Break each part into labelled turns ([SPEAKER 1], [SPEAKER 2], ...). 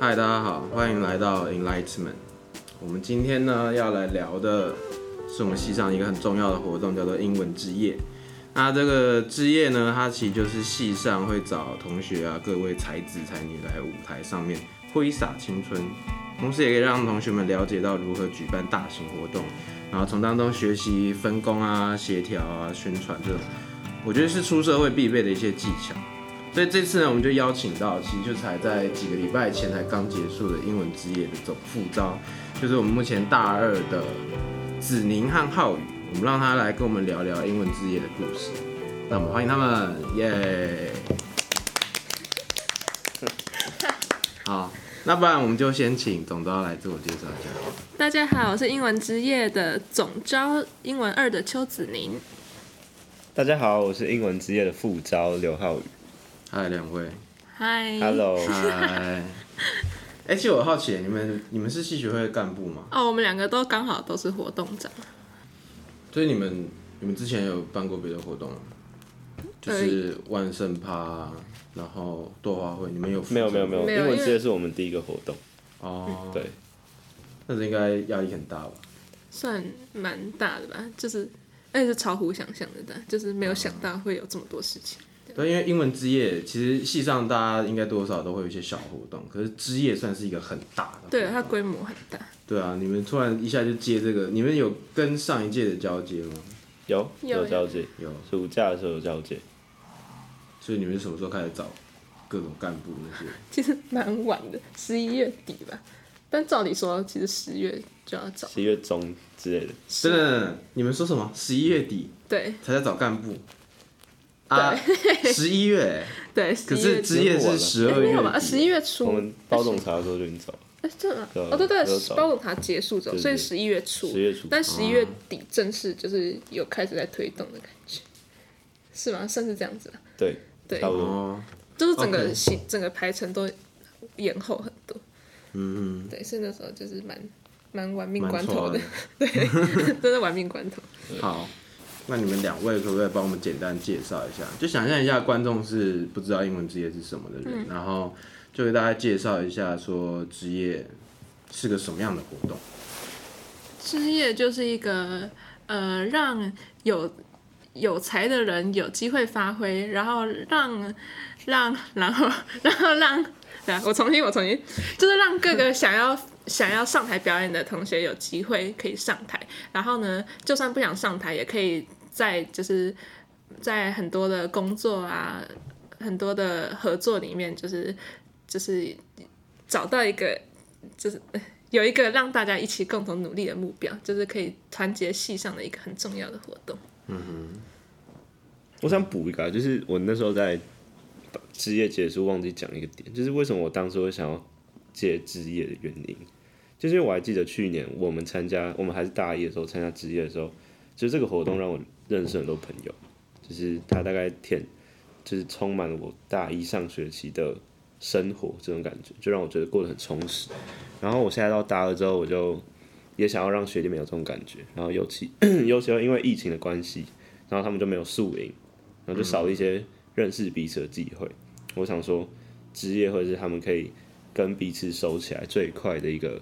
[SPEAKER 1] 嗨，大家好，欢迎来到 Enlightenment。我们今天呢要来聊的是我们系上一个很重要的活动，叫做英文之夜。那这个之夜呢，它其实就是系上会找同学啊，各位才子才女来舞台上面挥洒青春，同时也可以让同学们了解到如何举办大型活动，然后从当中学习分工啊、协调啊、宣传这种，我觉得是出社会必备的一些技巧。所以这次呢，我们就邀请到，其实就才在几个礼拜前才刚结束的英文之夜的总副招，就是我们目前大二的子宁和浩宇，我们让他来跟我们聊聊英文之夜的故事。那我们欢迎他们，耶、好，那不然我们就先请总招来自我介绍一下。
[SPEAKER 2] 大家好，我是英文之夜的总招，英文二的邱子宁。
[SPEAKER 3] 大家好，我是英文之夜的副招刘浩宇。
[SPEAKER 1] 嗨，两位，
[SPEAKER 2] 嗨
[SPEAKER 3] Hello，
[SPEAKER 1] 嗨。哎、其实我好奇，你们你们是戏学会的干部吗？
[SPEAKER 2] 哦，我们两个都刚好都是活动长，
[SPEAKER 1] 所以你们你们之前有办过别的活动吗？就是
[SPEAKER 2] 呃
[SPEAKER 1] 万圣趴啊，然后剁花会，你们有负责
[SPEAKER 3] 没有没有没有，
[SPEAKER 2] 没有
[SPEAKER 3] 英文之
[SPEAKER 2] 因为
[SPEAKER 3] 夜是我们第一个活动。
[SPEAKER 1] 哦，
[SPEAKER 3] 对，
[SPEAKER 1] 那这应该压力很大吧？
[SPEAKER 2] 算蛮大的吧，就是而且是超乎想象的大，就是没有想到会有这么多事情。
[SPEAKER 1] 对，因为英文之夜其实系上大家应该多少都会有一些小活动，可是之夜算是一个很大的活动。
[SPEAKER 2] 对，它规模很大，
[SPEAKER 1] 对啊，你们突然一下就接这个，你们有跟上一届的交接吗？
[SPEAKER 3] 有
[SPEAKER 2] 有
[SPEAKER 3] 有交接，
[SPEAKER 1] 有，
[SPEAKER 3] 暑假的时候有交接。
[SPEAKER 1] 所以你们是什么时候开始找各种干部那 些？
[SPEAKER 2] 其实蛮晚的，十一月底吧。但照理说，其实十月就要找。
[SPEAKER 3] 十一月中之类的，
[SPEAKER 1] 真的，你们说什么？十一月底
[SPEAKER 2] 对
[SPEAKER 1] 才在找干部啊？十一月、欸
[SPEAKER 2] 对， 十
[SPEAKER 1] 可
[SPEAKER 2] 一月
[SPEAKER 1] 是
[SPEAKER 2] 底。
[SPEAKER 1] 之夜是十
[SPEAKER 2] 哎
[SPEAKER 1] 二
[SPEAKER 2] 没
[SPEAKER 1] 月
[SPEAKER 2] 有吧？啊
[SPEAKER 1] 底，哦
[SPEAKER 2] 十一月
[SPEAKER 3] 我
[SPEAKER 2] 初。
[SPEAKER 3] 们包总查的时候就已经走了。
[SPEAKER 2] 哎，真的吗？
[SPEAKER 3] 对啊
[SPEAKER 2] 哦，对对
[SPEAKER 3] 没有，找
[SPEAKER 2] 包容它结束之后，
[SPEAKER 3] 对对
[SPEAKER 2] 所以十一月初。
[SPEAKER 3] 十月初嗯
[SPEAKER 2] 但十一月底正式就是有开始在推动的感觉，是吗？算是这样子吧。
[SPEAKER 3] 对，
[SPEAKER 2] 对
[SPEAKER 3] 差不多。
[SPEAKER 1] 哦，
[SPEAKER 2] 就是整个
[SPEAKER 1] OK
[SPEAKER 2] 戏整个排程都延后很多。
[SPEAKER 1] 嗯，
[SPEAKER 2] 对，所以那时候就是蛮蛮玩命
[SPEAKER 1] 蛮
[SPEAKER 2] 关头
[SPEAKER 1] 错
[SPEAKER 2] 的
[SPEAKER 1] 的，。
[SPEAKER 2] 真的玩命关头。
[SPEAKER 1] 好，那你们两位可不可以帮我们简单介绍一下？就想象一下，观众是不知道英文职业是什么的
[SPEAKER 2] 嗯
[SPEAKER 1] 人，然后就给大家介绍一下，说职业是个什么样的活动。
[SPEAKER 2] 之夜就是一个呃，让有有才的人有机会发挥，然后让让然后然后让，对啊，我重新我重新，就是让各个想要想要上台表演的同学有机会可以上台，然后呢，就算不想上台，也可以在就是在很多的工作啊，很多的合作里面，就是就是找到一个就是有一个让大家一起共同努力的目标，就是可以团结系上的一个很重要的活动。
[SPEAKER 3] 我想补一个啊，就是我那时候在职业结束忘记讲一个点，就是为什么我当时会想要接职业的原因，就是因为我还记得去年我们参加，我们还是大一的时候参加职业的时候，就是这个活动让我认识很多朋友，就是他大概填，就是充满了我大一上学期的生活这种感觉，就让我觉得过得很充实。然后我现在到大二之后，我就也想要让学弟们有这种感觉，然后尤其 尤其又因为疫情的关系，然后他们就没有宿营。然后就少了一些认识彼此的机会。我想说，职业会是他们可以跟彼此熟起来最快的一个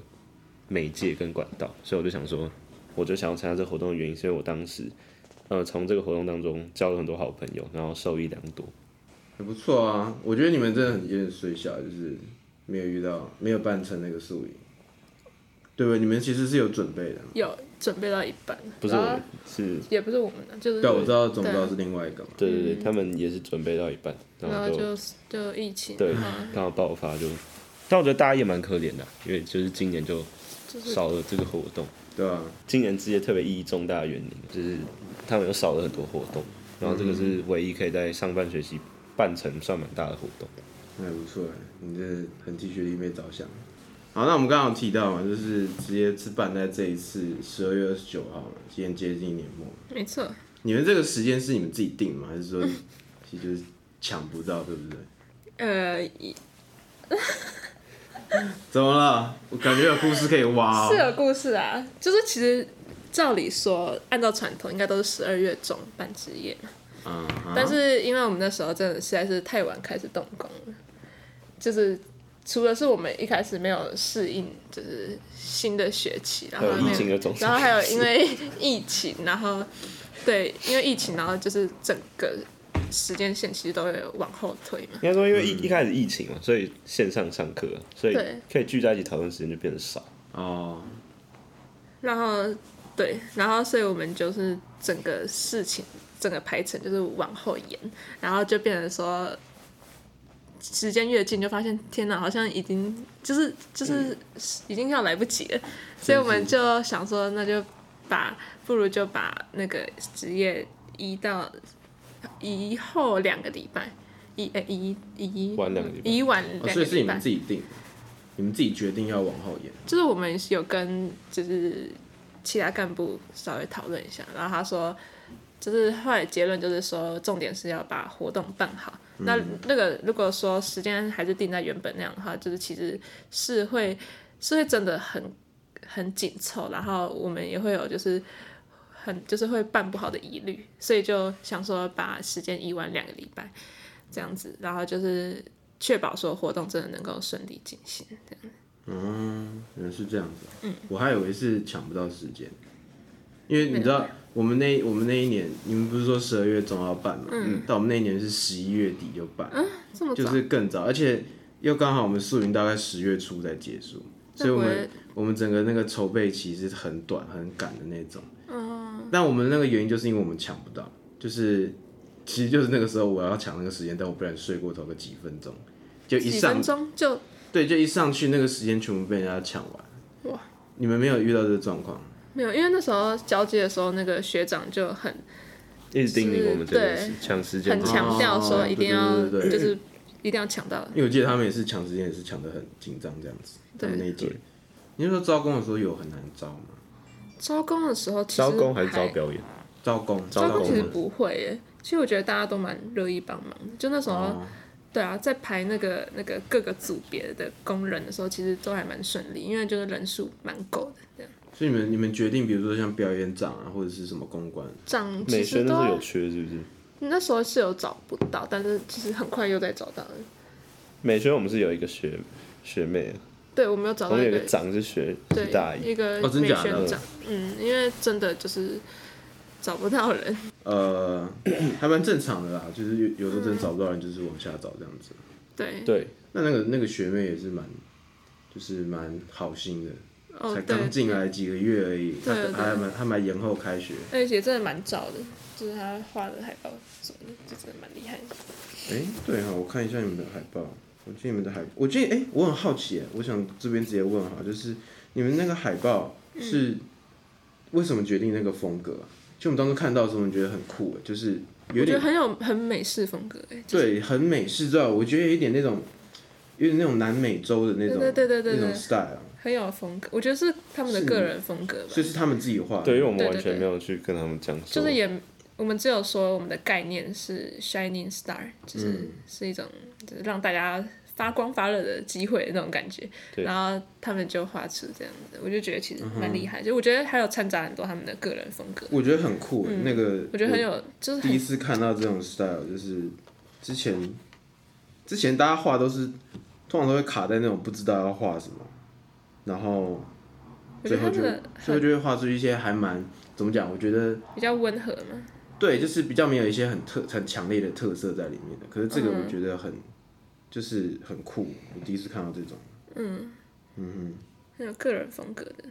[SPEAKER 3] 媒介跟管道，所以我就想说，我就想要参加这活动的原因，是因为我当时，呃，从这个活动当中交了很多好朋友，然后受益良多。
[SPEAKER 1] 很不错啊，我觉得你们真的很有点水小，就是没有遇到，没有办成那个宿营，对不对？你们其实是有准备的。
[SPEAKER 2] 有准备到一半，
[SPEAKER 3] 不是我
[SPEAKER 2] 然后
[SPEAKER 3] 们，是，
[SPEAKER 2] 也不是我们的，啊就是
[SPEAKER 1] 对，我知道，总
[SPEAKER 2] 对
[SPEAKER 1] 知
[SPEAKER 2] 啊
[SPEAKER 1] 道是另外一个嘛。
[SPEAKER 3] 对对对，他们也是准备到一半，
[SPEAKER 2] 嗯
[SPEAKER 3] 然
[SPEAKER 2] 然
[SPEAKER 3] 后
[SPEAKER 2] 后
[SPEAKER 3] 就
[SPEAKER 2] 就就疫情，
[SPEAKER 3] 对
[SPEAKER 2] 然后
[SPEAKER 3] 刚好爆发就。但我觉得大家也蛮可怜的啊，因为就是今年就
[SPEAKER 2] 就是
[SPEAKER 3] 少了这个活动。
[SPEAKER 1] 对啊，
[SPEAKER 3] 今年之夜特别意义重大的原因，就是他们有少了很多活动，然后这个是唯一可以在上半学期办成算蛮大的活
[SPEAKER 2] 啊
[SPEAKER 3] 动。
[SPEAKER 1] 那还不错哎，你这很替学弟妹着想。好，那我们刚刚有提到嘛，就是直接是办在这一次十二月二十九号嘛，今天接近年末。
[SPEAKER 2] 没错，
[SPEAKER 1] 你们这个时间是你们自己定吗？还是 说其实就是抢不到，对不对？
[SPEAKER 2] 呃，一
[SPEAKER 1] 怎么了？我感觉有故事可以挖、
[SPEAKER 2] 是
[SPEAKER 1] 哦。
[SPEAKER 2] 有故事啊，就是其实照理说，按照传统应该都是十二月中办职业，
[SPEAKER 1] 嗯，啊
[SPEAKER 2] 但是因为我们那时候真的实在是太晚开始动工了，就是除了是我们一开始没有适应，就是新的学期，然
[SPEAKER 3] 还
[SPEAKER 2] 后
[SPEAKER 3] 有
[SPEAKER 2] 没
[SPEAKER 3] 呃疫情的种族
[SPEAKER 2] 然后还有因为疫情，然后对，因为疫情，然后就是整个时间线其实都会往后推嘛。
[SPEAKER 3] 应该说，因为一一开始疫情嘛，所以线上上课，所以
[SPEAKER 2] 对
[SPEAKER 3] 可以聚在一起讨论时间就变得少。
[SPEAKER 1] 哦，
[SPEAKER 2] 然后对，然后所以我们就是整个事情整个排程就是往后延，然后就变成说。时间越近，就发现天哪，好像已经就是就是已经要来不及了，所以我们就想说，那就把不如就把那个职业移到移后两个礼拜，移呃移移
[SPEAKER 3] 晚两个礼拜
[SPEAKER 2] 移晚
[SPEAKER 1] 哦
[SPEAKER 2] 两
[SPEAKER 1] 所
[SPEAKER 2] 个
[SPEAKER 1] 以是你
[SPEAKER 2] 礼拜
[SPEAKER 1] 们自，己定，你们自己决定要往后延。
[SPEAKER 2] 就是我们有跟就是其他干部稍微讨论一下，然后他说，就是后来结论就是说，重点是要把活动办好。那那个如果说时间还是定在原本那样的话，就是其实是会是会真的很很紧凑，然后我们也会有就是很就是会办不好的疑虑，所以就想说把时间移晚两个礼拜这样子，然后就是确保说活动真的能够顺利进行。这样
[SPEAKER 1] 嗯，原来是这样子。嗯，我还以为是抢不到时间，因为你知道
[SPEAKER 2] 没有
[SPEAKER 1] 我们那我们那一年，你们不是说十二月中要办嘛？嗯，但我们那一年是十一月底就办，
[SPEAKER 2] 这嗯么早
[SPEAKER 1] 就是更早，而且又刚好我们宿营大概十月初才结束，所以我们我们整个那个筹备期是很短很赶的那种。
[SPEAKER 2] 哦
[SPEAKER 1] 嗯，但我们那个原因就是因为我们抢不到，就是其实就是那个时候我要抢那个时间，但我不然睡过头个几分钟，就一
[SPEAKER 2] 几
[SPEAKER 1] 上
[SPEAKER 2] 分钟就
[SPEAKER 1] 对，就一上去那个时间全部被人家抢完。
[SPEAKER 2] 哇！
[SPEAKER 1] 你们没有遇到这个状况？
[SPEAKER 2] 没有，因为那时候交接的时候，那个学长就很
[SPEAKER 3] 一直叮咛我们这件事，
[SPEAKER 2] 对
[SPEAKER 3] 抢时间
[SPEAKER 2] 很
[SPEAKER 3] 不
[SPEAKER 1] 强
[SPEAKER 3] 好，
[SPEAKER 2] 强调说
[SPEAKER 1] 哦
[SPEAKER 2] 一定要
[SPEAKER 1] 对对对对
[SPEAKER 2] 就是一定要抢到，
[SPEAKER 1] 因为我记得他们也是抢时间，也是抢得很紧张这样子。他们那一届，你是说招工的时候有很难招吗？
[SPEAKER 2] 招工的时候其实
[SPEAKER 3] 招工还是招表演？
[SPEAKER 1] 招工，
[SPEAKER 2] 招工
[SPEAKER 1] 工
[SPEAKER 2] 其实
[SPEAKER 1] 吗
[SPEAKER 2] 不会耶，其实我觉得大家都蛮乐意帮忙的。就那时候，
[SPEAKER 1] 哦
[SPEAKER 2] 对啊，在排那个那个各个组别的工人的时候，其实都还蛮顺利，因为就是人数蛮够的。这样
[SPEAKER 1] 所以你们你们决定，比如说像表演长啊，或者是什么公关，
[SPEAKER 2] 长
[SPEAKER 3] 美
[SPEAKER 2] 其
[SPEAKER 3] 宣
[SPEAKER 2] 实都
[SPEAKER 3] 那时候有缺是不是？
[SPEAKER 2] 那时候是有找不到，但是其实很快又再找到了。
[SPEAKER 3] 美宣我们是有一个学学妹，
[SPEAKER 2] 哦对，我没有找
[SPEAKER 3] 我
[SPEAKER 2] 到
[SPEAKER 3] 们
[SPEAKER 2] 一
[SPEAKER 3] 有
[SPEAKER 2] 个
[SPEAKER 3] 个长是学
[SPEAKER 2] 对
[SPEAKER 3] 是大一，
[SPEAKER 2] 一个
[SPEAKER 1] 哦真
[SPEAKER 2] 美
[SPEAKER 1] 假的
[SPEAKER 2] 宣长，嗯，因为真的就是找不到人。
[SPEAKER 1] 呃， 还蛮正常的啦。就是有有时候真的找不到人，就是往下找这样子。
[SPEAKER 2] 对，
[SPEAKER 3] 对，
[SPEAKER 1] 那那个那个学妹也是蛮，就是蛮好心的，
[SPEAKER 2] 哦
[SPEAKER 1] 才
[SPEAKER 2] 对
[SPEAKER 1] 刚，进来几个月而已，她
[SPEAKER 2] 对对
[SPEAKER 1] 她还蛮她蛮延后开学。
[SPEAKER 2] 而且真的蛮早的，就是他画的海报什么的，就真的蛮厉害的。
[SPEAKER 1] 哎，对哈、我看一下你们的海报。我记得你们的海，我记得哎，我很好奇哎，我想这边直接问哈，就是你们那个海报
[SPEAKER 2] 嗯
[SPEAKER 1] 是为什么决定那个风格、啊？就我们当时看到的时候，我们觉得很酷哎，就是有
[SPEAKER 2] 我觉
[SPEAKER 1] 点
[SPEAKER 2] 得很有很美式风格哎、就是
[SPEAKER 1] 对，很美式照，我觉得有一点那种，有点那种南美洲的那种
[SPEAKER 2] 对对对对对
[SPEAKER 1] 那种
[SPEAKER 2] 对
[SPEAKER 1] style，啊
[SPEAKER 2] 很有风格。我觉得是他们的
[SPEAKER 1] 是
[SPEAKER 2] 个人风格吧，
[SPEAKER 1] 所以是他们自己画的。
[SPEAKER 3] 对，因为我们
[SPEAKER 2] 对对
[SPEAKER 3] 完全
[SPEAKER 2] 对
[SPEAKER 3] 没有去跟他们讲
[SPEAKER 2] 就
[SPEAKER 3] 说
[SPEAKER 2] 是也我们只有说我们的概念是 shining star，就是、
[SPEAKER 1] 嗯
[SPEAKER 2] 是一种就是让大家发光发热的机会那种感觉。
[SPEAKER 3] 对
[SPEAKER 2] 然后他们就画出这样子，我就觉得其实蛮厉
[SPEAKER 1] 嗯
[SPEAKER 2] 害。就我觉得还有掺杂很多他们的个人风格，
[SPEAKER 1] 我觉得很酷哎、那个
[SPEAKER 2] 嗯我觉得很有就是
[SPEAKER 1] 第一
[SPEAKER 2] 很
[SPEAKER 1] 次看到这种 style，就是之前之前大家画都是通常都会卡在那种不知道要画什么，然后
[SPEAKER 2] 我
[SPEAKER 1] 最
[SPEAKER 2] 觉得
[SPEAKER 1] 后
[SPEAKER 2] 他
[SPEAKER 1] 就
[SPEAKER 2] 们的
[SPEAKER 1] 最后
[SPEAKER 2] 很
[SPEAKER 1] 就会画出一些还蛮怎么讲？我觉得
[SPEAKER 2] 比较温和嘛。
[SPEAKER 1] 对，就是比较没有一些很特很强烈的特色在里面的。可是这个
[SPEAKER 2] 嗯
[SPEAKER 1] 我觉得很、就是很酷，我第一次看到这种。
[SPEAKER 2] 很有个人风格的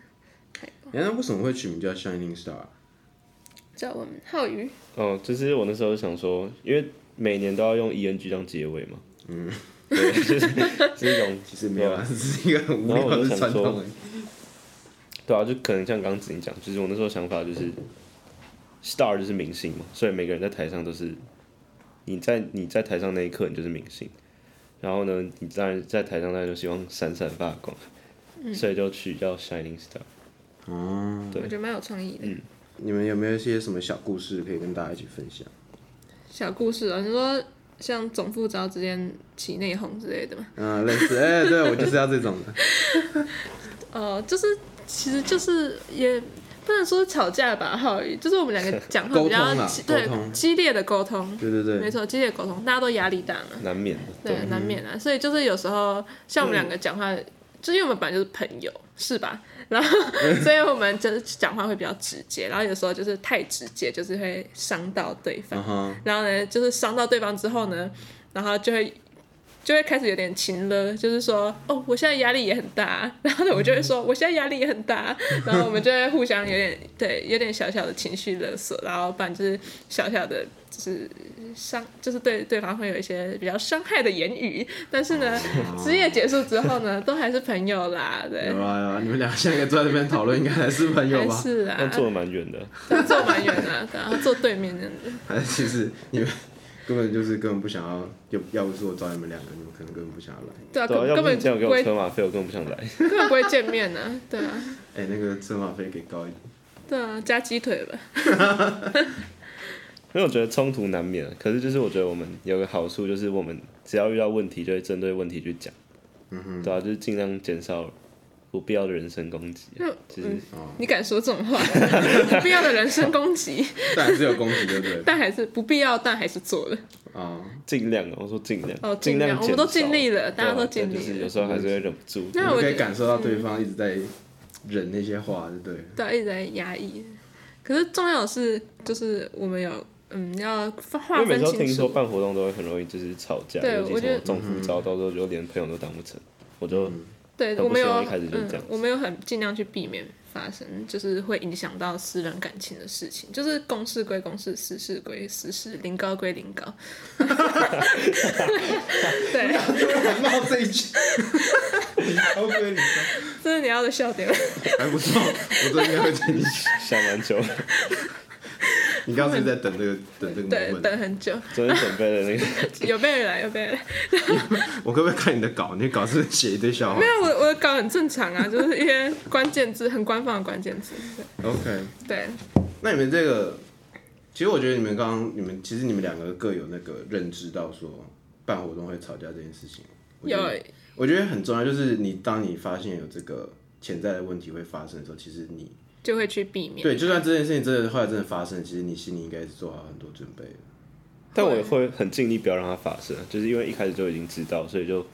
[SPEAKER 2] 海报，
[SPEAKER 1] 哎，那为什么会取名叫 Shining Star？啊
[SPEAKER 2] 叫我们浩
[SPEAKER 1] 嗯
[SPEAKER 2] 宇，
[SPEAKER 3] 哦，就是我那时候想说，因为每年都要用 E eng 当结尾嘛， 嗯，对，就是是一种
[SPEAKER 1] 其实没有啊， 只是一个很无聊
[SPEAKER 3] 哦然后我就
[SPEAKER 1] 的
[SPEAKER 3] 想
[SPEAKER 1] 传
[SPEAKER 3] 说
[SPEAKER 1] 统而已。
[SPEAKER 3] 对啊，就可能像刚刚子宁讲，就是我那时候想法就是 star 就是明星嘛，所以每个人在台上都是你在你在台上那一刻你就是明星，然后呢，你当然在台上当然就希望闪闪发光，
[SPEAKER 2] 嗯
[SPEAKER 3] 所以就取叫 shining star。
[SPEAKER 1] 哦，
[SPEAKER 2] 我觉得蛮有创意的、
[SPEAKER 1] 嗯你们有没有一些什么小故事可以跟大家一起分享？
[SPEAKER 2] 小故事啊、你说像总副招之间起内讧之类的嘛？
[SPEAKER 1] 嗯，类似，哎、对我就是要这种的。
[SPEAKER 2] 呃，就是其实就是也不能说吵架吧，哈，就是我 们两个讲话
[SPEAKER 1] 沟
[SPEAKER 2] 比较
[SPEAKER 1] 通啦
[SPEAKER 2] 激
[SPEAKER 1] 沟
[SPEAKER 2] 对
[SPEAKER 1] 通
[SPEAKER 2] 激烈的沟通，
[SPEAKER 1] 对对
[SPEAKER 2] 没
[SPEAKER 1] 对，嗯
[SPEAKER 2] 错，激烈的沟通，大家都压力大嘛，
[SPEAKER 3] 难免的。
[SPEAKER 2] 对，难免啊。所以就是有时候像我们两个讲话，就是因为我们本来就是朋友，是吧？然后所以我们就是讲话会比较直接，然后有时候就是太直接，就是会伤到对方
[SPEAKER 1] 嗯。哼，
[SPEAKER 2] 然后呢，就是伤到对方之后呢，然后就会就会开始有点情了，就是说，哦，我现在压力也很大，啊 然后呢，我就会说，我现在压力也很 大，啊然后我们就会互相有点对，有点小小的情绪勒索，然后不然就是小小的，就是伤，就是对对方会有一些比较伤害的言语，但是呢，
[SPEAKER 3] 哦
[SPEAKER 2] 职业结束之后呢，都还是朋友啦，对
[SPEAKER 1] 有，啊有啊，你们俩现在坐在这边讨论，应该还是朋友
[SPEAKER 2] 还
[SPEAKER 1] 吧？
[SPEAKER 2] 是
[SPEAKER 3] 但
[SPEAKER 2] 啊，
[SPEAKER 3] 坐的蛮远的，
[SPEAKER 2] 坐蛮远的，然后坐啊对面这样子，
[SPEAKER 1] 还是其实你们根本就是根本不想要，要要不是我找你们两个，你们可能根本不想要来。
[SPEAKER 2] 对啊，
[SPEAKER 3] 对啊，要
[SPEAKER 2] 根
[SPEAKER 3] 不
[SPEAKER 2] 本
[SPEAKER 3] 你这样给
[SPEAKER 2] 不
[SPEAKER 3] 我
[SPEAKER 2] 会
[SPEAKER 3] 车马费，我根本不想来。
[SPEAKER 2] 根本不会见面呢、啊，对啊。
[SPEAKER 1] 哎、那个车马费给高一点，
[SPEAKER 2] 对啊，加鸡腿吧。
[SPEAKER 3] 因为我觉得冲突难免，可是就是我觉得我们有个好处，就是我们只要遇到问题，就会针对问题去讲，嗯哼，对啊，就是尽量减少不必要的人身攻击啊
[SPEAKER 2] 那，
[SPEAKER 3] 其实
[SPEAKER 1] 哦
[SPEAKER 2] 你敢说这种话？ 不必要的人身攻击，
[SPEAKER 1] 但还是有攻击，对不对？
[SPEAKER 2] 但还是不必要，但还是做了。
[SPEAKER 1] 啊、
[SPEAKER 3] 尽量啊，我说尽量，
[SPEAKER 2] 哦，
[SPEAKER 3] 尽
[SPEAKER 2] 尽量，我们都尽力
[SPEAKER 3] 了，
[SPEAKER 2] 了，大家都尽
[SPEAKER 3] 对啊但就是
[SPEAKER 2] 力
[SPEAKER 3] 有
[SPEAKER 2] 了。
[SPEAKER 3] 时候还是会忍不住，
[SPEAKER 2] 那
[SPEAKER 1] 我
[SPEAKER 2] 我
[SPEAKER 1] 可
[SPEAKER 2] 觉
[SPEAKER 1] 以
[SPEAKER 2] 得嗯
[SPEAKER 1] 感受到对方一直在忍那些话，对不对？
[SPEAKER 2] 对啊，一直在压抑。可是重要的是，就是我们有嗯，要
[SPEAKER 3] 因
[SPEAKER 2] 划
[SPEAKER 3] 为每
[SPEAKER 2] 分
[SPEAKER 3] 次都听
[SPEAKER 2] 清
[SPEAKER 3] 说
[SPEAKER 2] 楚。
[SPEAKER 3] 办活动都会很容易就是吵架，
[SPEAKER 2] 对
[SPEAKER 3] 尤其
[SPEAKER 2] 我觉
[SPEAKER 3] 是
[SPEAKER 2] 得
[SPEAKER 3] 我中副招，到时候就连朋友都当不成，我就
[SPEAKER 2] 对，
[SPEAKER 3] 都
[SPEAKER 2] 我
[SPEAKER 3] 不
[SPEAKER 2] 们
[SPEAKER 3] 希
[SPEAKER 2] 有
[SPEAKER 3] 望一开始就这
[SPEAKER 2] 嗯
[SPEAKER 3] 样，
[SPEAKER 2] 我们有很尽量去避免发生，就是会影响到私人感情的事情。就是公事归公事，私事归私事，零高归零 高。对，
[SPEAKER 1] 还冒这一句，好可以，
[SPEAKER 2] 这是你要的笑点吗。
[SPEAKER 1] 还不错，我都应该会听你。
[SPEAKER 3] 想蛮久，
[SPEAKER 1] 你刚刚是不是在等这个等这个
[SPEAKER 2] 对，
[SPEAKER 1] moment，
[SPEAKER 2] 等很久，
[SPEAKER 3] 昨天准备的那个。
[SPEAKER 2] 有备而来，有备而来。
[SPEAKER 1] 我可不可以看你的稿？你的稿是不是写一堆笑话
[SPEAKER 2] 没有，我我的稿很正常啊，就是一些关键字，很官方的关键字。
[SPEAKER 1] ？OK，
[SPEAKER 2] 对，
[SPEAKER 1] 那你们这个，其实我觉得你们刚刚，你们其实你们两个各有那个认知到说办活动会吵架这件事情，我觉
[SPEAKER 2] 有
[SPEAKER 1] 得我觉得很重要，就是你当你发现有这个潜在的问题会发生的时候，其实你
[SPEAKER 2] 就会去避免。
[SPEAKER 1] 对，就算这件事情真的后来真的发生，其实你心里应该是做好很多准备的。
[SPEAKER 3] 但我也会很尽力不要让它发生，就是因为一开始就已经知道，所以就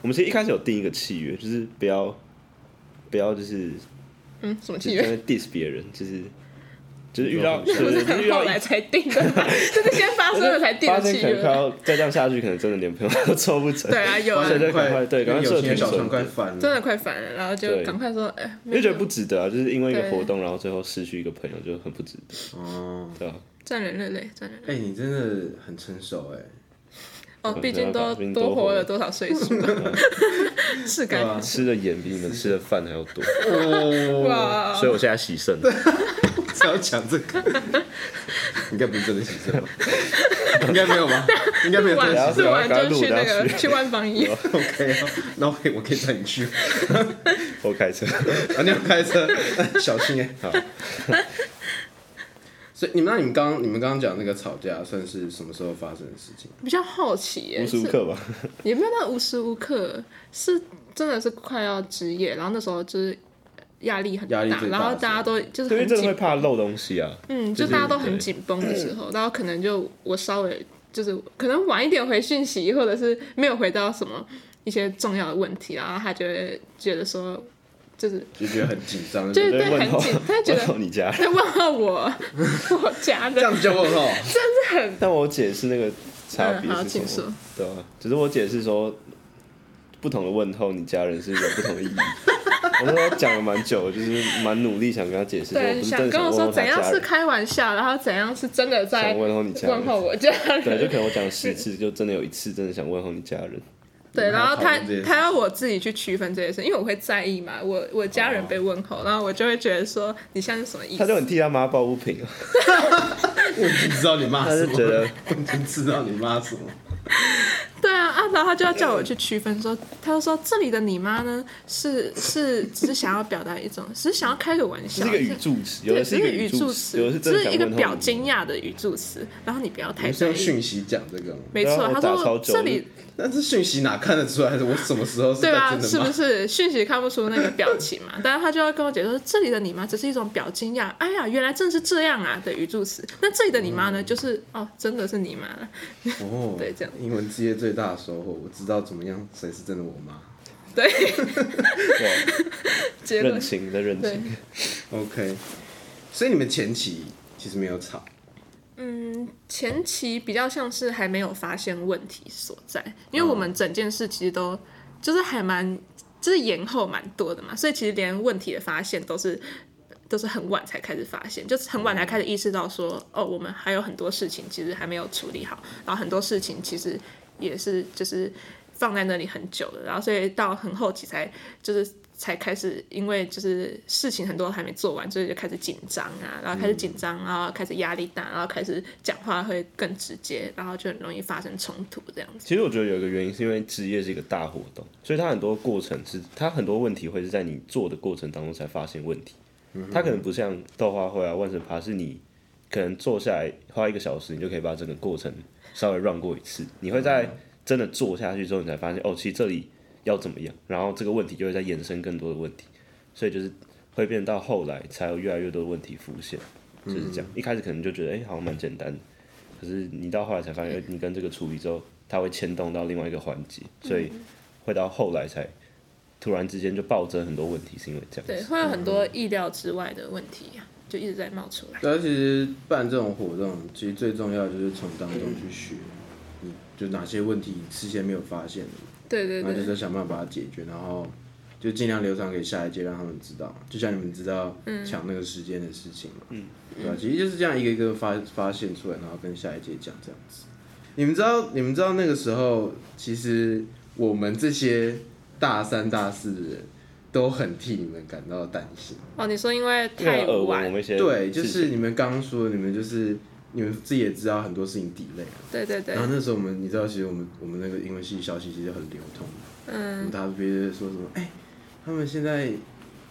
[SPEAKER 3] 我们其实一开始有定一个契约，就是不要不要就是
[SPEAKER 2] 嗯，什么
[SPEAKER 3] 就
[SPEAKER 2] 契
[SPEAKER 3] 是在
[SPEAKER 2] 约？
[SPEAKER 3] 那 diss 别人，就是就是 遇到
[SPEAKER 1] 你
[SPEAKER 3] 就是
[SPEAKER 1] 说
[SPEAKER 2] 不是
[SPEAKER 3] 就是
[SPEAKER 2] 很
[SPEAKER 3] 遇到
[SPEAKER 2] 后来才定的吗， 就是先发生了才定
[SPEAKER 3] 发
[SPEAKER 2] 的
[SPEAKER 3] 现
[SPEAKER 2] 契
[SPEAKER 3] 可能快
[SPEAKER 2] 约。
[SPEAKER 3] 要再这样下去，可能真的连朋友都凑不成，
[SPEAKER 2] 对啊，有啊
[SPEAKER 3] 发，现对赶
[SPEAKER 1] 快
[SPEAKER 3] 快对赶快
[SPEAKER 1] 有
[SPEAKER 3] 设
[SPEAKER 1] 些
[SPEAKER 3] 停
[SPEAKER 1] 小
[SPEAKER 3] 损
[SPEAKER 1] 船快
[SPEAKER 3] 点
[SPEAKER 1] 翻
[SPEAKER 2] 真
[SPEAKER 1] 了。
[SPEAKER 2] 的快烦了，然后就
[SPEAKER 3] 对
[SPEAKER 2] 赶快说，哎，
[SPEAKER 3] 因为觉得不值得啊，就是因为一个
[SPEAKER 2] 对
[SPEAKER 3] 活动，然后最后失去一个朋友就很不值得，
[SPEAKER 1] 哦，
[SPEAKER 3] 对啊，
[SPEAKER 2] 赚人热泪，赚人。
[SPEAKER 1] 哎、你真的很成熟哎、
[SPEAKER 2] 哦，
[SPEAKER 3] 对
[SPEAKER 2] 毕竟
[SPEAKER 3] 没办
[SPEAKER 2] 都
[SPEAKER 3] 法毕竟
[SPEAKER 2] 多
[SPEAKER 3] 多活
[SPEAKER 2] 活了
[SPEAKER 3] 了
[SPEAKER 2] 多少岁数了，是该
[SPEAKER 1] 对啊
[SPEAKER 3] 吃的盐比你们吃的饭还要多，
[SPEAKER 1] 哦，
[SPEAKER 2] 哇，
[SPEAKER 3] 啊所以我现在喜胜，
[SPEAKER 1] 只要讲这个，应该不是真的喜事吧？应该没有吧？应该没有真的
[SPEAKER 3] 啊
[SPEAKER 2] 完
[SPEAKER 1] 喜
[SPEAKER 2] 录
[SPEAKER 1] 事。
[SPEAKER 2] 完就去那
[SPEAKER 3] 然后
[SPEAKER 2] 个去万方 医院，
[SPEAKER 1] OK，啊那我可以我可以带你去，
[SPEAKER 3] 我开车，
[SPEAKER 1] 啊，你要开车，小心哎、
[SPEAKER 3] 好，
[SPEAKER 1] 所以你们那你们刚刚你们刚刚讲那个吵架，算是什么时候发生的事情？
[SPEAKER 2] 比较好奇耶，
[SPEAKER 3] 无时无
[SPEAKER 2] 是
[SPEAKER 3] 刻吧，
[SPEAKER 2] 也没有到无时无刻，是真的是快要职业，然后那时候就是压力很
[SPEAKER 1] 压力最大
[SPEAKER 2] 然
[SPEAKER 1] 的
[SPEAKER 2] 后
[SPEAKER 1] 时候
[SPEAKER 2] 大家都就是
[SPEAKER 3] 对，因
[SPEAKER 2] 很
[SPEAKER 3] 为真的会
[SPEAKER 2] 紧，
[SPEAKER 3] 怕漏东西啊，
[SPEAKER 2] 嗯，就
[SPEAKER 3] 就是
[SPEAKER 2] 大家都很紧绷的时候，然后可能就我稍微就是可能晚一点回讯息，或者是没有回到什么一些重要的问题，然后他就会觉得说，就是
[SPEAKER 1] 就觉得很紧张，
[SPEAKER 2] 就是
[SPEAKER 3] 对
[SPEAKER 2] 对
[SPEAKER 3] 问
[SPEAKER 2] 很
[SPEAKER 3] 候
[SPEAKER 2] 紧，他觉
[SPEAKER 3] 问候
[SPEAKER 2] 得
[SPEAKER 3] 你家人。
[SPEAKER 2] 在问候我我家
[SPEAKER 1] 这
[SPEAKER 2] 人，
[SPEAKER 1] 样子就问号。
[SPEAKER 3] 但我解释那个差别
[SPEAKER 2] 嗯好
[SPEAKER 3] 是
[SPEAKER 2] 请
[SPEAKER 3] 什么
[SPEAKER 2] 说？
[SPEAKER 3] 对啊，只是我解释说，不同的问候你家人是有不同 的意义。我那时候讲了蛮久，就是蛮努力想跟他解释，说我
[SPEAKER 2] 对，
[SPEAKER 3] 不是真的
[SPEAKER 2] 跟我
[SPEAKER 3] 问
[SPEAKER 2] 说
[SPEAKER 3] 候他
[SPEAKER 2] 怎样
[SPEAKER 3] 家
[SPEAKER 2] 是
[SPEAKER 3] 人，
[SPEAKER 2] 开玩笑，然后怎样是真的在
[SPEAKER 3] 想问候你家
[SPEAKER 2] 问候
[SPEAKER 3] 人。
[SPEAKER 2] 我家人，
[SPEAKER 3] 对，就可能我讲了十次，就真的有一次真的想问候你家人。
[SPEAKER 2] 对，然后
[SPEAKER 1] 讨
[SPEAKER 2] 他
[SPEAKER 1] 论这件事
[SPEAKER 2] 他要我自己去区分这些事，因为我会在意嘛，我我家人被问候，然后我就会觉得说你现在是什么意
[SPEAKER 3] 他就
[SPEAKER 2] 思？
[SPEAKER 3] 很替他妈抱不平啊，
[SPEAKER 1] 我已经知道你骂
[SPEAKER 3] 他
[SPEAKER 1] 什
[SPEAKER 3] 就
[SPEAKER 1] 么，
[SPEAKER 3] 觉得
[SPEAKER 1] 我已经知道你骂什么。
[SPEAKER 2] 对啊啊，后然后他就要叫我去区分说，他就说这里的你妈呢是是只是想要表达一种，只是想要开个玩
[SPEAKER 3] 这
[SPEAKER 2] 笑，
[SPEAKER 3] 是一个语助词，有
[SPEAKER 2] 对
[SPEAKER 3] 的
[SPEAKER 2] 只是
[SPEAKER 3] 是一
[SPEAKER 2] 一
[SPEAKER 3] 个
[SPEAKER 2] 个语
[SPEAKER 3] 助
[SPEAKER 2] 助
[SPEAKER 3] 词，有的
[SPEAKER 2] 词，
[SPEAKER 3] 是
[SPEAKER 2] 只
[SPEAKER 3] 真的
[SPEAKER 2] 是
[SPEAKER 3] 想
[SPEAKER 2] 一个
[SPEAKER 3] 问他
[SPEAKER 2] 表
[SPEAKER 3] 们
[SPEAKER 2] 惊讶的语助词，然后你不要太
[SPEAKER 1] 你是
[SPEAKER 2] 在
[SPEAKER 1] 用
[SPEAKER 2] 意。
[SPEAKER 1] 讯息讲这个吗？
[SPEAKER 2] 没错
[SPEAKER 3] 对啊，我
[SPEAKER 2] 他
[SPEAKER 3] 打超
[SPEAKER 2] 说
[SPEAKER 3] 久
[SPEAKER 2] 这里
[SPEAKER 1] 但是讯息哪看得出来？我什么时候是
[SPEAKER 2] 对
[SPEAKER 3] 啊
[SPEAKER 1] 在
[SPEAKER 2] 吧？
[SPEAKER 1] 真
[SPEAKER 2] 是
[SPEAKER 1] 的
[SPEAKER 2] 不
[SPEAKER 1] 吗？
[SPEAKER 2] 是讯息看不出那个表情嘛？ 但是他就要跟我解释说，这里的你妈只是一种表惊讶，哎呀，原来正是这样啊的语助词。那这里的你妈
[SPEAKER 1] 嗯
[SPEAKER 2] 呢，就是哦，真的是你妈了。
[SPEAKER 1] 哦，
[SPEAKER 2] 对这样
[SPEAKER 1] 英文职业最大的收获，我知道怎么样谁是真的我妈。
[SPEAKER 2] 对，
[SPEAKER 3] 哇
[SPEAKER 2] 结论
[SPEAKER 3] 认清的认
[SPEAKER 2] 对
[SPEAKER 3] 清，，
[SPEAKER 1] OK，所以你们前期其实没有吵，
[SPEAKER 2] 嗯，前期比较像是还没有发现问题所在，因为我们整件事其实都就是还蛮就是延后蛮多的嘛，所以其实连问题的发现都是。都是很晚才开始发现，就是很晚才开始意识到说，哦，我们还有很多事情其实还没有处理好，然后很多事情其实也是就是放在那里很久了，然后所以到很后期才就是才开始，因为就是事情很多还没做完，所以就开始紧张啊，然后
[SPEAKER 3] 嗯
[SPEAKER 2] 开始紧张，然后开始压力大，然后开始讲话会更直接，然后就很容易发生冲突这样子。
[SPEAKER 3] 其实我觉得有一个原因是因为职业是一个大活动，所以它很多过程是它很多问题会是在你做的过程当中才发现问题。它可能不像豆花会啊、万圣趴，是你可能坐下来花一个小时，你就可以把整个过程稍微 run 过一次。你会在真的做下去之后，你才发现哦，其实这里要怎么样，然后这个问题就会再衍生更多的问题，所以就是会变到后来才有越来越多的问题浮现，就是这样。一开始可能就觉得哎、好像蛮简单的，可是你到后来才发现，哎你跟这个处理之后，它会牵动到另外一个环节，所以会到后来才突然之间就暴增很多问题，是因为这样
[SPEAKER 2] 对，
[SPEAKER 3] 子。
[SPEAKER 2] 会有很
[SPEAKER 3] 嗯
[SPEAKER 2] 多意料之外的问题啊，就一直在冒出来。
[SPEAKER 1] 对，而其实办这种活动，其实最重要的就是从当中去学，你就哪些问题事先没有发现的，
[SPEAKER 2] 对对
[SPEAKER 1] 然后就
[SPEAKER 2] 对
[SPEAKER 1] 是想办法把它解决，然后就尽量流传给下一届，让他们知道。就像你们知道
[SPEAKER 2] 嗯
[SPEAKER 1] 抢那个时间的事情嘛，嗯，对吧、其实就是这样一个一个发发现出来，然后跟下一届讲这样子。你们知道，你们知道那个时候，其实我们这些大三、大四的人都很替你们感到担心。
[SPEAKER 2] 哦，你说因为
[SPEAKER 3] 因为
[SPEAKER 2] 太
[SPEAKER 3] 耳闻我
[SPEAKER 2] 晚，
[SPEAKER 3] 们一些
[SPEAKER 1] 对，就
[SPEAKER 3] 事
[SPEAKER 1] 是
[SPEAKER 3] 情
[SPEAKER 1] 你们刚刚说的，你们就是你们自己也知道很多事情 delay 啊。
[SPEAKER 2] 对对对
[SPEAKER 1] 然，
[SPEAKER 3] 嗯
[SPEAKER 1] 后那时候我们，你知道，其实我们我们那个英文系消息其实很流通，我
[SPEAKER 2] 嗯
[SPEAKER 1] 们，大家别人说什么，哎、他们现在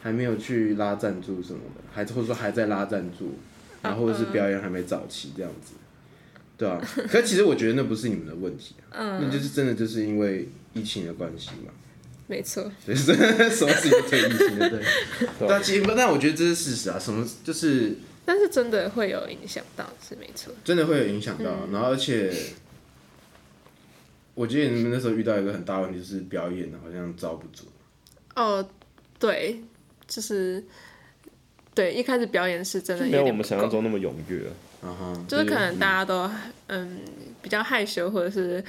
[SPEAKER 1] 还没有去拉赞助什么的，还或者说还在拉赞助，然后或
[SPEAKER 2] 嗯
[SPEAKER 1] 者是表演还没早期这样子，对啊。可其实我觉得那不是你们的问题、啊，
[SPEAKER 2] 嗯
[SPEAKER 1] 那就是真的就是因为疫情的关系嘛，
[SPEAKER 2] 没错，
[SPEAKER 1] 就是什么事情都推疫情的，对。啊但其实，但我觉得这是事实啊，什么就是
[SPEAKER 2] 但是真的会有影响到，是没错。
[SPEAKER 1] 真的会有影响到。
[SPEAKER 2] 嗯
[SPEAKER 1] 然后而且，我记得你们那时候遇到一个很大的问题，就是表演好像招不住。
[SPEAKER 2] 哦，对，就是对，一开始表演是真的有
[SPEAKER 3] 没有
[SPEAKER 2] 点
[SPEAKER 3] 我们
[SPEAKER 2] 不
[SPEAKER 3] 想象
[SPEAKER 2] 够
[SPEAKER 3] 中那么踊跃啊。
[SPEAKER 1] 啊哈，
[SPEAKER 2] 就是可能大家都嗯比较害羞，或者是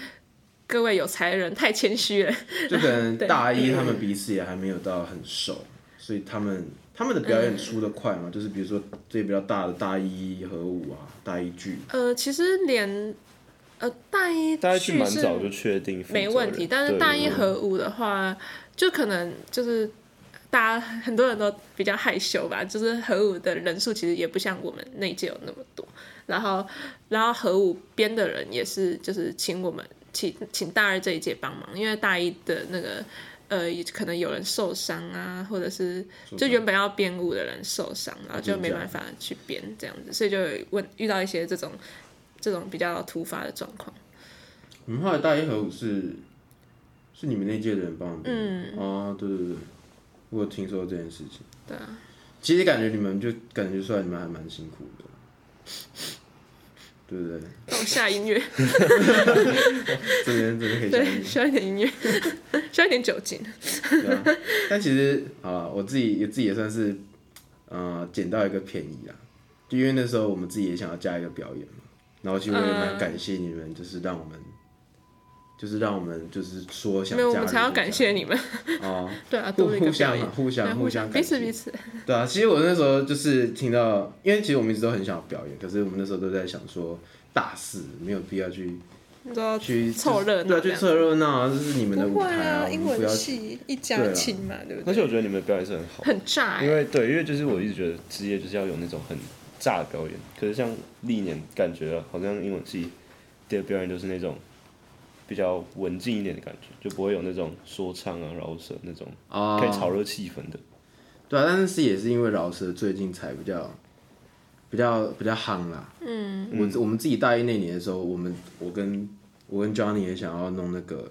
[SPEAKER 2] 各位有才的人太谦虚了。
[SPEAKER 1] 就可能 大一他们彼此也还没有到很熟，所以他们他们的表
[SPEAKER 2] 嗯
[SPEAKER 1] 演出的快嘛，就是比如说最比较大的大一合舞啊，大一剧，
[SPEAKER 2] 呃，其实连呃大一
[SPEAKER 3] 大家去
[SPEAKER 2] 去
[SPEAKER 3] 蛮
[SPEAKER 2] 是
[SPEAKER 3] 早就确定负责
[SPEAKER 2] 没
[SPEAKER 3] 人，
[SPEAKER 2] 问题，但是
[SPEAKER 3] 对
[SPEAKER 2] 大一
[SPEAKER 3] 对对
[SPEAKER 2] 合五的话，就可能就是大家很多人都比较害羞吧，就是合舞的人数其实也不像我们那一届有那么多，然后然后合舞编的人也是就是请我们请请大二这一届帮忙，因为大一的那个。呃，也可能有人受伤啊，或者是就原本要编舞的人受伤，然
[SPEAKER 3] 啊
[SPEAKER 2] 后就没办法去编这样子，所以就有问遇到一些这种这种比较突发的状况。
[SPEAKER 1] 你们后来大一合舞是是你们那届的人帮我们编的，哦，对对对，我有听说这件事情。
[SPEAKER 2] 嗯对啊，
[SPEAKER 1] 其实感觉你们就感觉出来你们还蛮辛苦的，对不对？
[SPEAKER 2] 那我哦下音乐。
[SPEAKER 1] 这边这边可以讲一
[SPEAKER 2] 对，
[SPEAKER 1] 点
[SPEAKER 2] 需要一点音乐， 需要一点酒精。
[SPEAKER 1] 对啊。但其实啊，我自己也自己也算是呃捡到一个便宜啦，就因为那时候我们自己也想要加一个表演嘛，然后其实我也
[SPEAKER 2] 嗯
[SPEAKER 1] 蛮感谢你们，就是让我们。就是让我们就是说想
[SPEAKER 2] 没有，我
[SPEAKER 1] 加
[SPEAKER 2] 们
[SPEAKER 1] 入
[SPEAKER 2] 才要
[SPEAKER 1] 就
[SPEAKER 2] 感
[SPEAKER 1] 加
[SPEAKER 2] 谢你们。
[SPEAKER 1] 哦，
[SPEAKER 2] 对啊，
[SPEAKER 1] 互
[SPEAKER 2] 多了一
[SPEAKER 1] 互
[SPEAKER 2] 个表
[SPEAKER 1] 相
[SPEAKER 2] 演
[SPEAKER 1] 嘛，，互
[SPEAKER 2] 对
[SPEAKER 1] 相
[SPEAKER 2] 互
[SPEAKER 1] 相
[SPEAKER 2] 彼
[SPEAKER 1] 感
[SPEAKER 2] 此
[SPEAKER 1] 谢
[SPEAKER 2] 彼此。
[SPEAKER 1] 对啊，其实我那时候就是听到，因为其实我们一直都很想要表演，可是我们那时候都在想说大四没有必要去
[SPEAKER 2] 你知道
[SPEAKER 1] 去
[SPEAKER 2] 凑
[SPEAKER 1] 对
[SPEAKER 2] 热闹
[SPEAKER 1] 啊，
[SPEAKER 2] 这
[SPEAKER 1] 去
[SPEAKER 2] 样，
[SPEAKER 1] 凑热闹啊，这是你们的
[SPEAKER 2] 不
[SPEAKER 1] 舞
[SPEAKER 2] 会
[SPEAKER 1] 台
[SPEAKER 2] 啊，
[SPEAKER 1] 我
[SPEAKER 2] 英
[SPEAKER 1] 们不要
[SPEAKER 2] 文系一家
[SPEAKER 1] 对啊
[SPEAKER 2] 亲嘛，对不对？
[SPEAKER 3] 而且我觉得你们的表演是很好，
[SPEAKER 2] 很炸欸，
[SPEAKER 3] 因为对，因为就是我一直觉得职业就是要有那种很炸的表演，可是像历年感觉好像英文系的表演就是那种比较文静一点的感觉，就不会有那种说唱啊、饶舌那种
[SPEAKER 1] 哦
[SPEAKER 3] 可以炒热气氛的。
[SPEAKER 1] 对啊，但是也是因为饶舌最近才比较比较比较夯啦。嗯，我我们自己大一那年的时候，我们我跟我跟 Johnny 也想要弄那个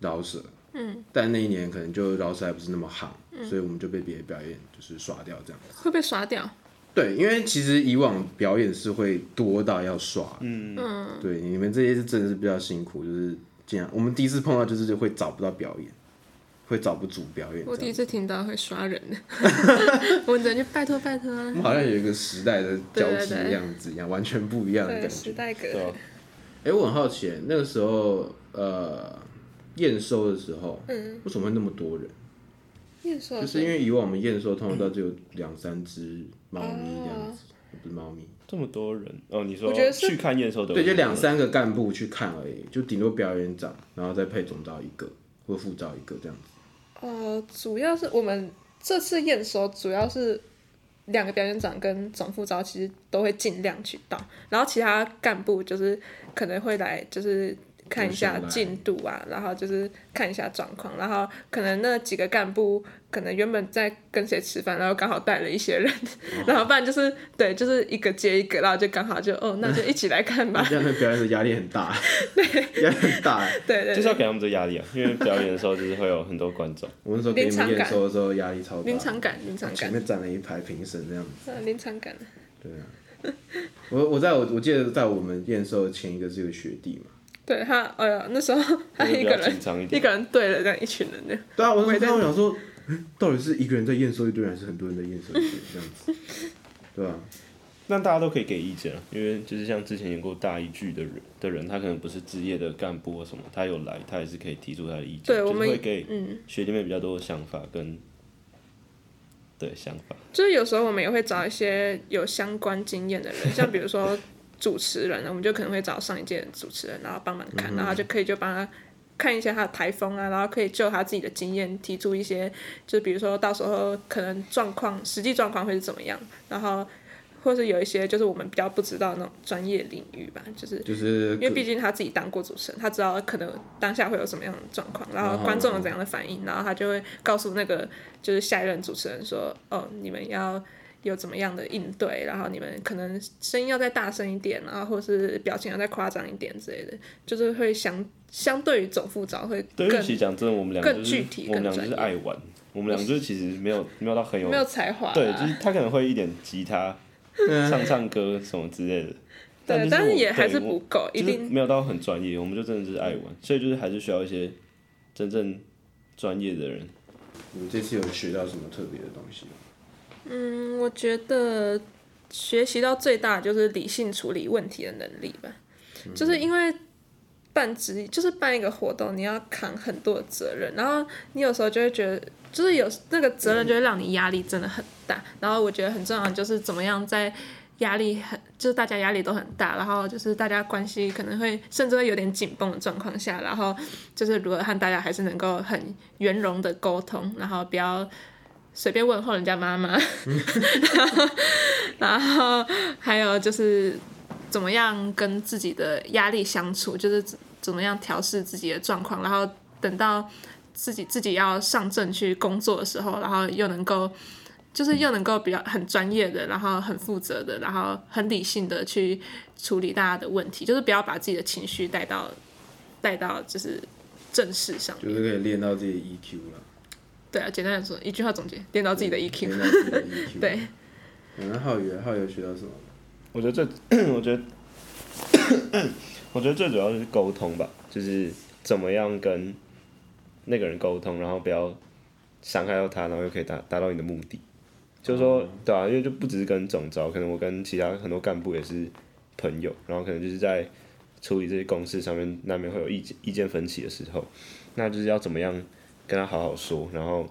[SPEAKER 1] 饶舌，嗯，但那一年可能就饶舌还不是那么夯，所以我们就被别的表演就是刷掉这样。
[SPEAKER 2] 会被刷掉。
[SPEAKER 1] 对，因为其实以往表演是会多到要刷，
[SPEAKER 3] 嗯，
[SPEAKER 1] 对，你们这些是真的是比较辛苦，就是这样。我们第一次碰到就是会找不到表演，会找不足表演这样。
[SPEAKER 2] 我第一次听到会刷人 的， 我只能去拜托拜托啊
[SPEAKER 1] 我！ 们好像有一个时代的交替
[SPEAKER 2] 对对
[SPEAKER 1] 的
[SPEAKER 2] 对
[SPEAKER 1] 样子一样，完全不一样的
[SPEAKER 2] 对，
[SPEAKER 1] 感
[SPEAKER 2] 时
[SPEAKER 1] 觉。
[SPEAKER 2] 代革
[SPEAKER 3] 对啊，
[SPEAKER 1] 哎、我很好奇，那个时候呃验收的时候，
[SPEAKER 2] 嗯
[SPEAKER 1] 为什么会那么多人？
[SPEAKER 2] 验收
[SPEAKER 1] 就是因为以往我们验收通常都只有两三只猫咪这样子，
[SPEAKER 2] 哦
[SPEAKER 1] 不是猫咪，
[SPEAKER 3] 这么多人哦，你说
[SPEAKER 2] 我觉得是
[SPEAKER 3] 去看验收的，
[SPEAKER 1] 对，就两三个干部去看而已，就顶多表演长，然后再配总招一个或副招一个这样子。
[SPEAKER 2] 呃，主要是我们这次验收主要是两个表演长跟总副招，其实都会尽量去到，然后其他干部就是可能会来就是。看一下
[SPEAKER 1] 留下来，
[SPEAKER 2] 进度啊，然后就是看一下状况，然后可能那几个干部可能原本在跟谁吃饭，然后刚好带了一些人， 然后不然就是对，就是一个接一个，然后就刚好就哦，那就一起来看吧
[SPEAKER 1] 这样的表演的压力很大，对，压力很大。
[SPEAKER 2] 对对
[SPEAKER 3] 就是
[SPEAKER 2] 对，
[SPEAKER 3] 要给他们这压力啊，因为表演的时候就是会有很多观众，
[SPEAKER 1] 我那时候给你们
[SPEAKER 2] 临场
[SPEAKER 1] 验
[SPEAKER 2] 感
[SPEAKER 1] 收的时候压力超大，
[SPEAKER 2] 临场感，临场
[SPEAKER 1] 前
[SPEAKER 2] 感，
[SPEAKER 1] 面站了一排评审这样子。
[SPEAKER 2] 啊临场感，
[SPEAKER 1] 我我在我我记得在我们验收的前一个是个学弟嘛，
[SPEAKER 2] 对他，哎呀，那时候他
[SPEAKER 3] 就是比
[SPEAKER 2] 一
[SPEAKER 3] 较
[SPEAKER 2] 个
[SPEAKER 3] 紧
[SPEAKER 2] 人
[SPEAKER 3] 张一
[SPEAKER 2] 一
[SPEAKER 3] 点。
[SPEAKER 2] 个人对了这样一群人的，
[SPEAKER 1] 对啊，我
[SPEAKER 2] 我也
[SPEAKER 1] 那
[SPEAKER 2] 在
[SPEAKER 1] 时候想说，嗯到底是一个人在验收一堆人，还是很多人在验收一堆人这样子？对啊，
[SPEAKER 3] 那大家都可以给意见啊，因为就是像之前演过大一剧的人的人，他可能不是职业的干部或什么，他有来，他也是可以提出他的意见，
[SPEAKER 2] 对
[SPEAKER 3] 就
[SPEAKER 2] 我
[SPEAKER 3] 是
[SPEAKER 2] 们
[SPEAKER 3] 会给
[SPEAKER 2] 嗯，
[SPEAKER 3] 学弟妹比较多的想法跟对想法。
[SPEAKER 2] 就是有时候我们也会找一些有相关经验的人，像比如说主持人，我们就可能会找上一届的主持人，然后帮忙看，然后就可以就帮他。看一下他的台风啊，然后可以就他自己的经验提出一些，就比如说到时候可能状况实际状况会是怎么样，然后或是有一些就是我们比较不知道那种专业领域吧，就是
[SPEAKER 1] 就是
[SPEAKER 2] 因为毕竟他自己当过主持人，他知道可能当下会有什么样的状况，然
[SPEAKER 3] 哦
[SPEAKER 2] 后观众有怎样的反应，然后他就会告诉那个就是下一任主持人说，哦，你们要有怎么样的应对，然后你们可能声音要再大声一点，然后或是表情要再夸张一点之类的，就是会相相对于总副招会
[SPEAKER 3] 对，
[SPEAKER 2] 更
[SPEAKER 3] 因为其实讲真的，我们两个就
[SPEAKER 2] 更
[SPEAKER 3] 是
[SPEAKER 2] 具体
[SPEAKER 3] 我们俩
[SPEAKER 2] 更专
[SPEAKER 3] 就是
[SPEAKER 2] 业
[SPEAKER 3] 爱玩，我们俩就是其实没有没有到很有
[SPEAKER 2] 没有才华、啊，
[SPEAKER 3] 对，就是他可能会一点吉他，唱唱歌什么之类的。
[SPEAKER 2] 对，但
[SPEAKER 3] 但
[SPEAKER 2] 是
[SPEAKER 3] 我
[SPEAKER 2] 也还
[SPEAKER 3] 对
[SPEAKER 2] 是不
[SPEAKER 3] 我
[SPEAKER 2] 够，一
[SPEAKER 3] 就是
[SPEAKER 2] 定
[SPEAKER 3] 没有到很专业，我们就真的是爱玩，所以就是还是需要一些真正专业的人。
[SPEAKER 1] 你这次有学到什么特别的东西吗？
[SPEAKER 2] 嗯，我觉得学习到最大就是理性处理问题的能力吧，就是因为办职，就是办一个活动，你要扛很多的责任，然后你有时候就会觉得，就是有那个责任就会让你压力真的很大。然后我觉得很重要的就是怎么样在压力很，就是大家压力都很大，然后就是大家关系可能会甚至会有点紧绷的状况下，然后就是如何和大家还是能够很圆融的沟通，然后不要。随便问候人家妈妈，然后还有就是怎么样跟自己的压力相处，就是怎怎么样调试自己的状况，然后等到自己自己要上阵去工作的时候，然后又能够就是又能够比较很专业的，然后很负责的，然后很理性的去处理大家的问题，就是不要把自己的情绪带到带到就是正事上
[SPEAKER 1] 就
[SPEAKER 2] 面。
[SPEAKER 1] 是可以练到自己的 E EQ 了，
[SPEAKER 2] 对啊，简单的说，一句话总结，练到自己的 E EQ。
[SPEAKER 1] 练到自己的 EQ。
[SPEAKER 2] 对，
[SPEAKER 1] 嗯，那浩宇呢，浩宇有学到什么？
[SPEAKER 3] 我觉得最，我觉得，我觉得最主要就是沟通吧，就是怎么样跟那个人沟通，然后不要伤害到他，然后又可以达达到你的目的。就是说，对啊，因为就不只是跟总招，可能我跟其他很多干部也是朋友，然后可能就是在处理这些公事上面，难免会有意见意见分歧的时候，那就是要怎么样跟他好好说，然后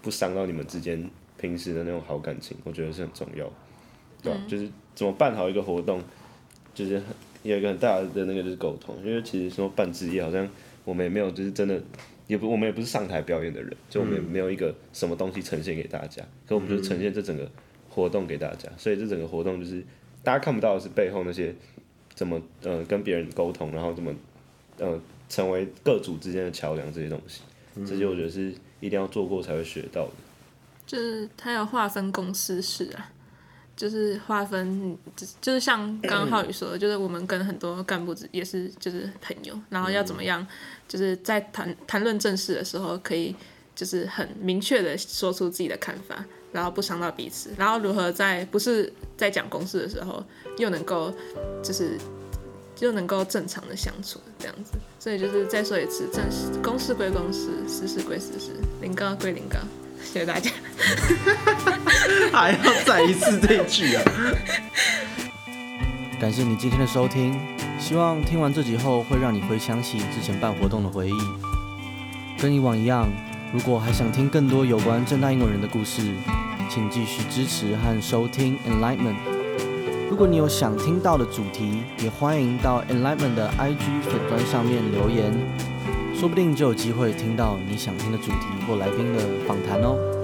[SPEAKER 3] 不伤到你们之间平时的那种好感情，我觉得是很重要的，对吧、就是怎么办好一个活动，就是很有一个很大的那个就是沟通，因为其实说办职业好像我们也没有就是真的，也不我们也不是上台表演的人，就我们也没有一个什么东西呈现给大家，可我们就是呈现这整个活动给大家，所以这整个活动就是大家看不到的是背后那些怎么呃跟别人沟通，然后怎么呃成为各组之间的桥梁这些东西，这些我觉得是一定要做过才会学到的。
[SPEAKER 2] 就是它要划分公司式啊，就是划分，就就是像刚刚浩宇说的，就是我们跟很多干部之也是就是朋友，然后要怎么样，就是在谈谈论正事的时候，可以就是很明确的说出自己的看法，然后不伤到彼此，然后如何在不是在讲公事的时候，又能够就是。又能够正常的相处，这样子，所以就是再说一次，正事公事归公事，私事归私事，零高归零高，谢谢大家。
[SPEAKER 1] 还要再一次这句啊？
[SPEAKER 4] 感谢你今天的收听，希望听完这集后会让你回想起之前办活动的回忆。跟以往一样，如果还想听更多有关正大英文人的故事，请继续支持和收听 Enlightenment。如果你有想听到的主题，也欢迎到 Enlightenment 的 IG 粉专上面留言，说不定就有机会听到你想听的主题或来宾的访谈哦。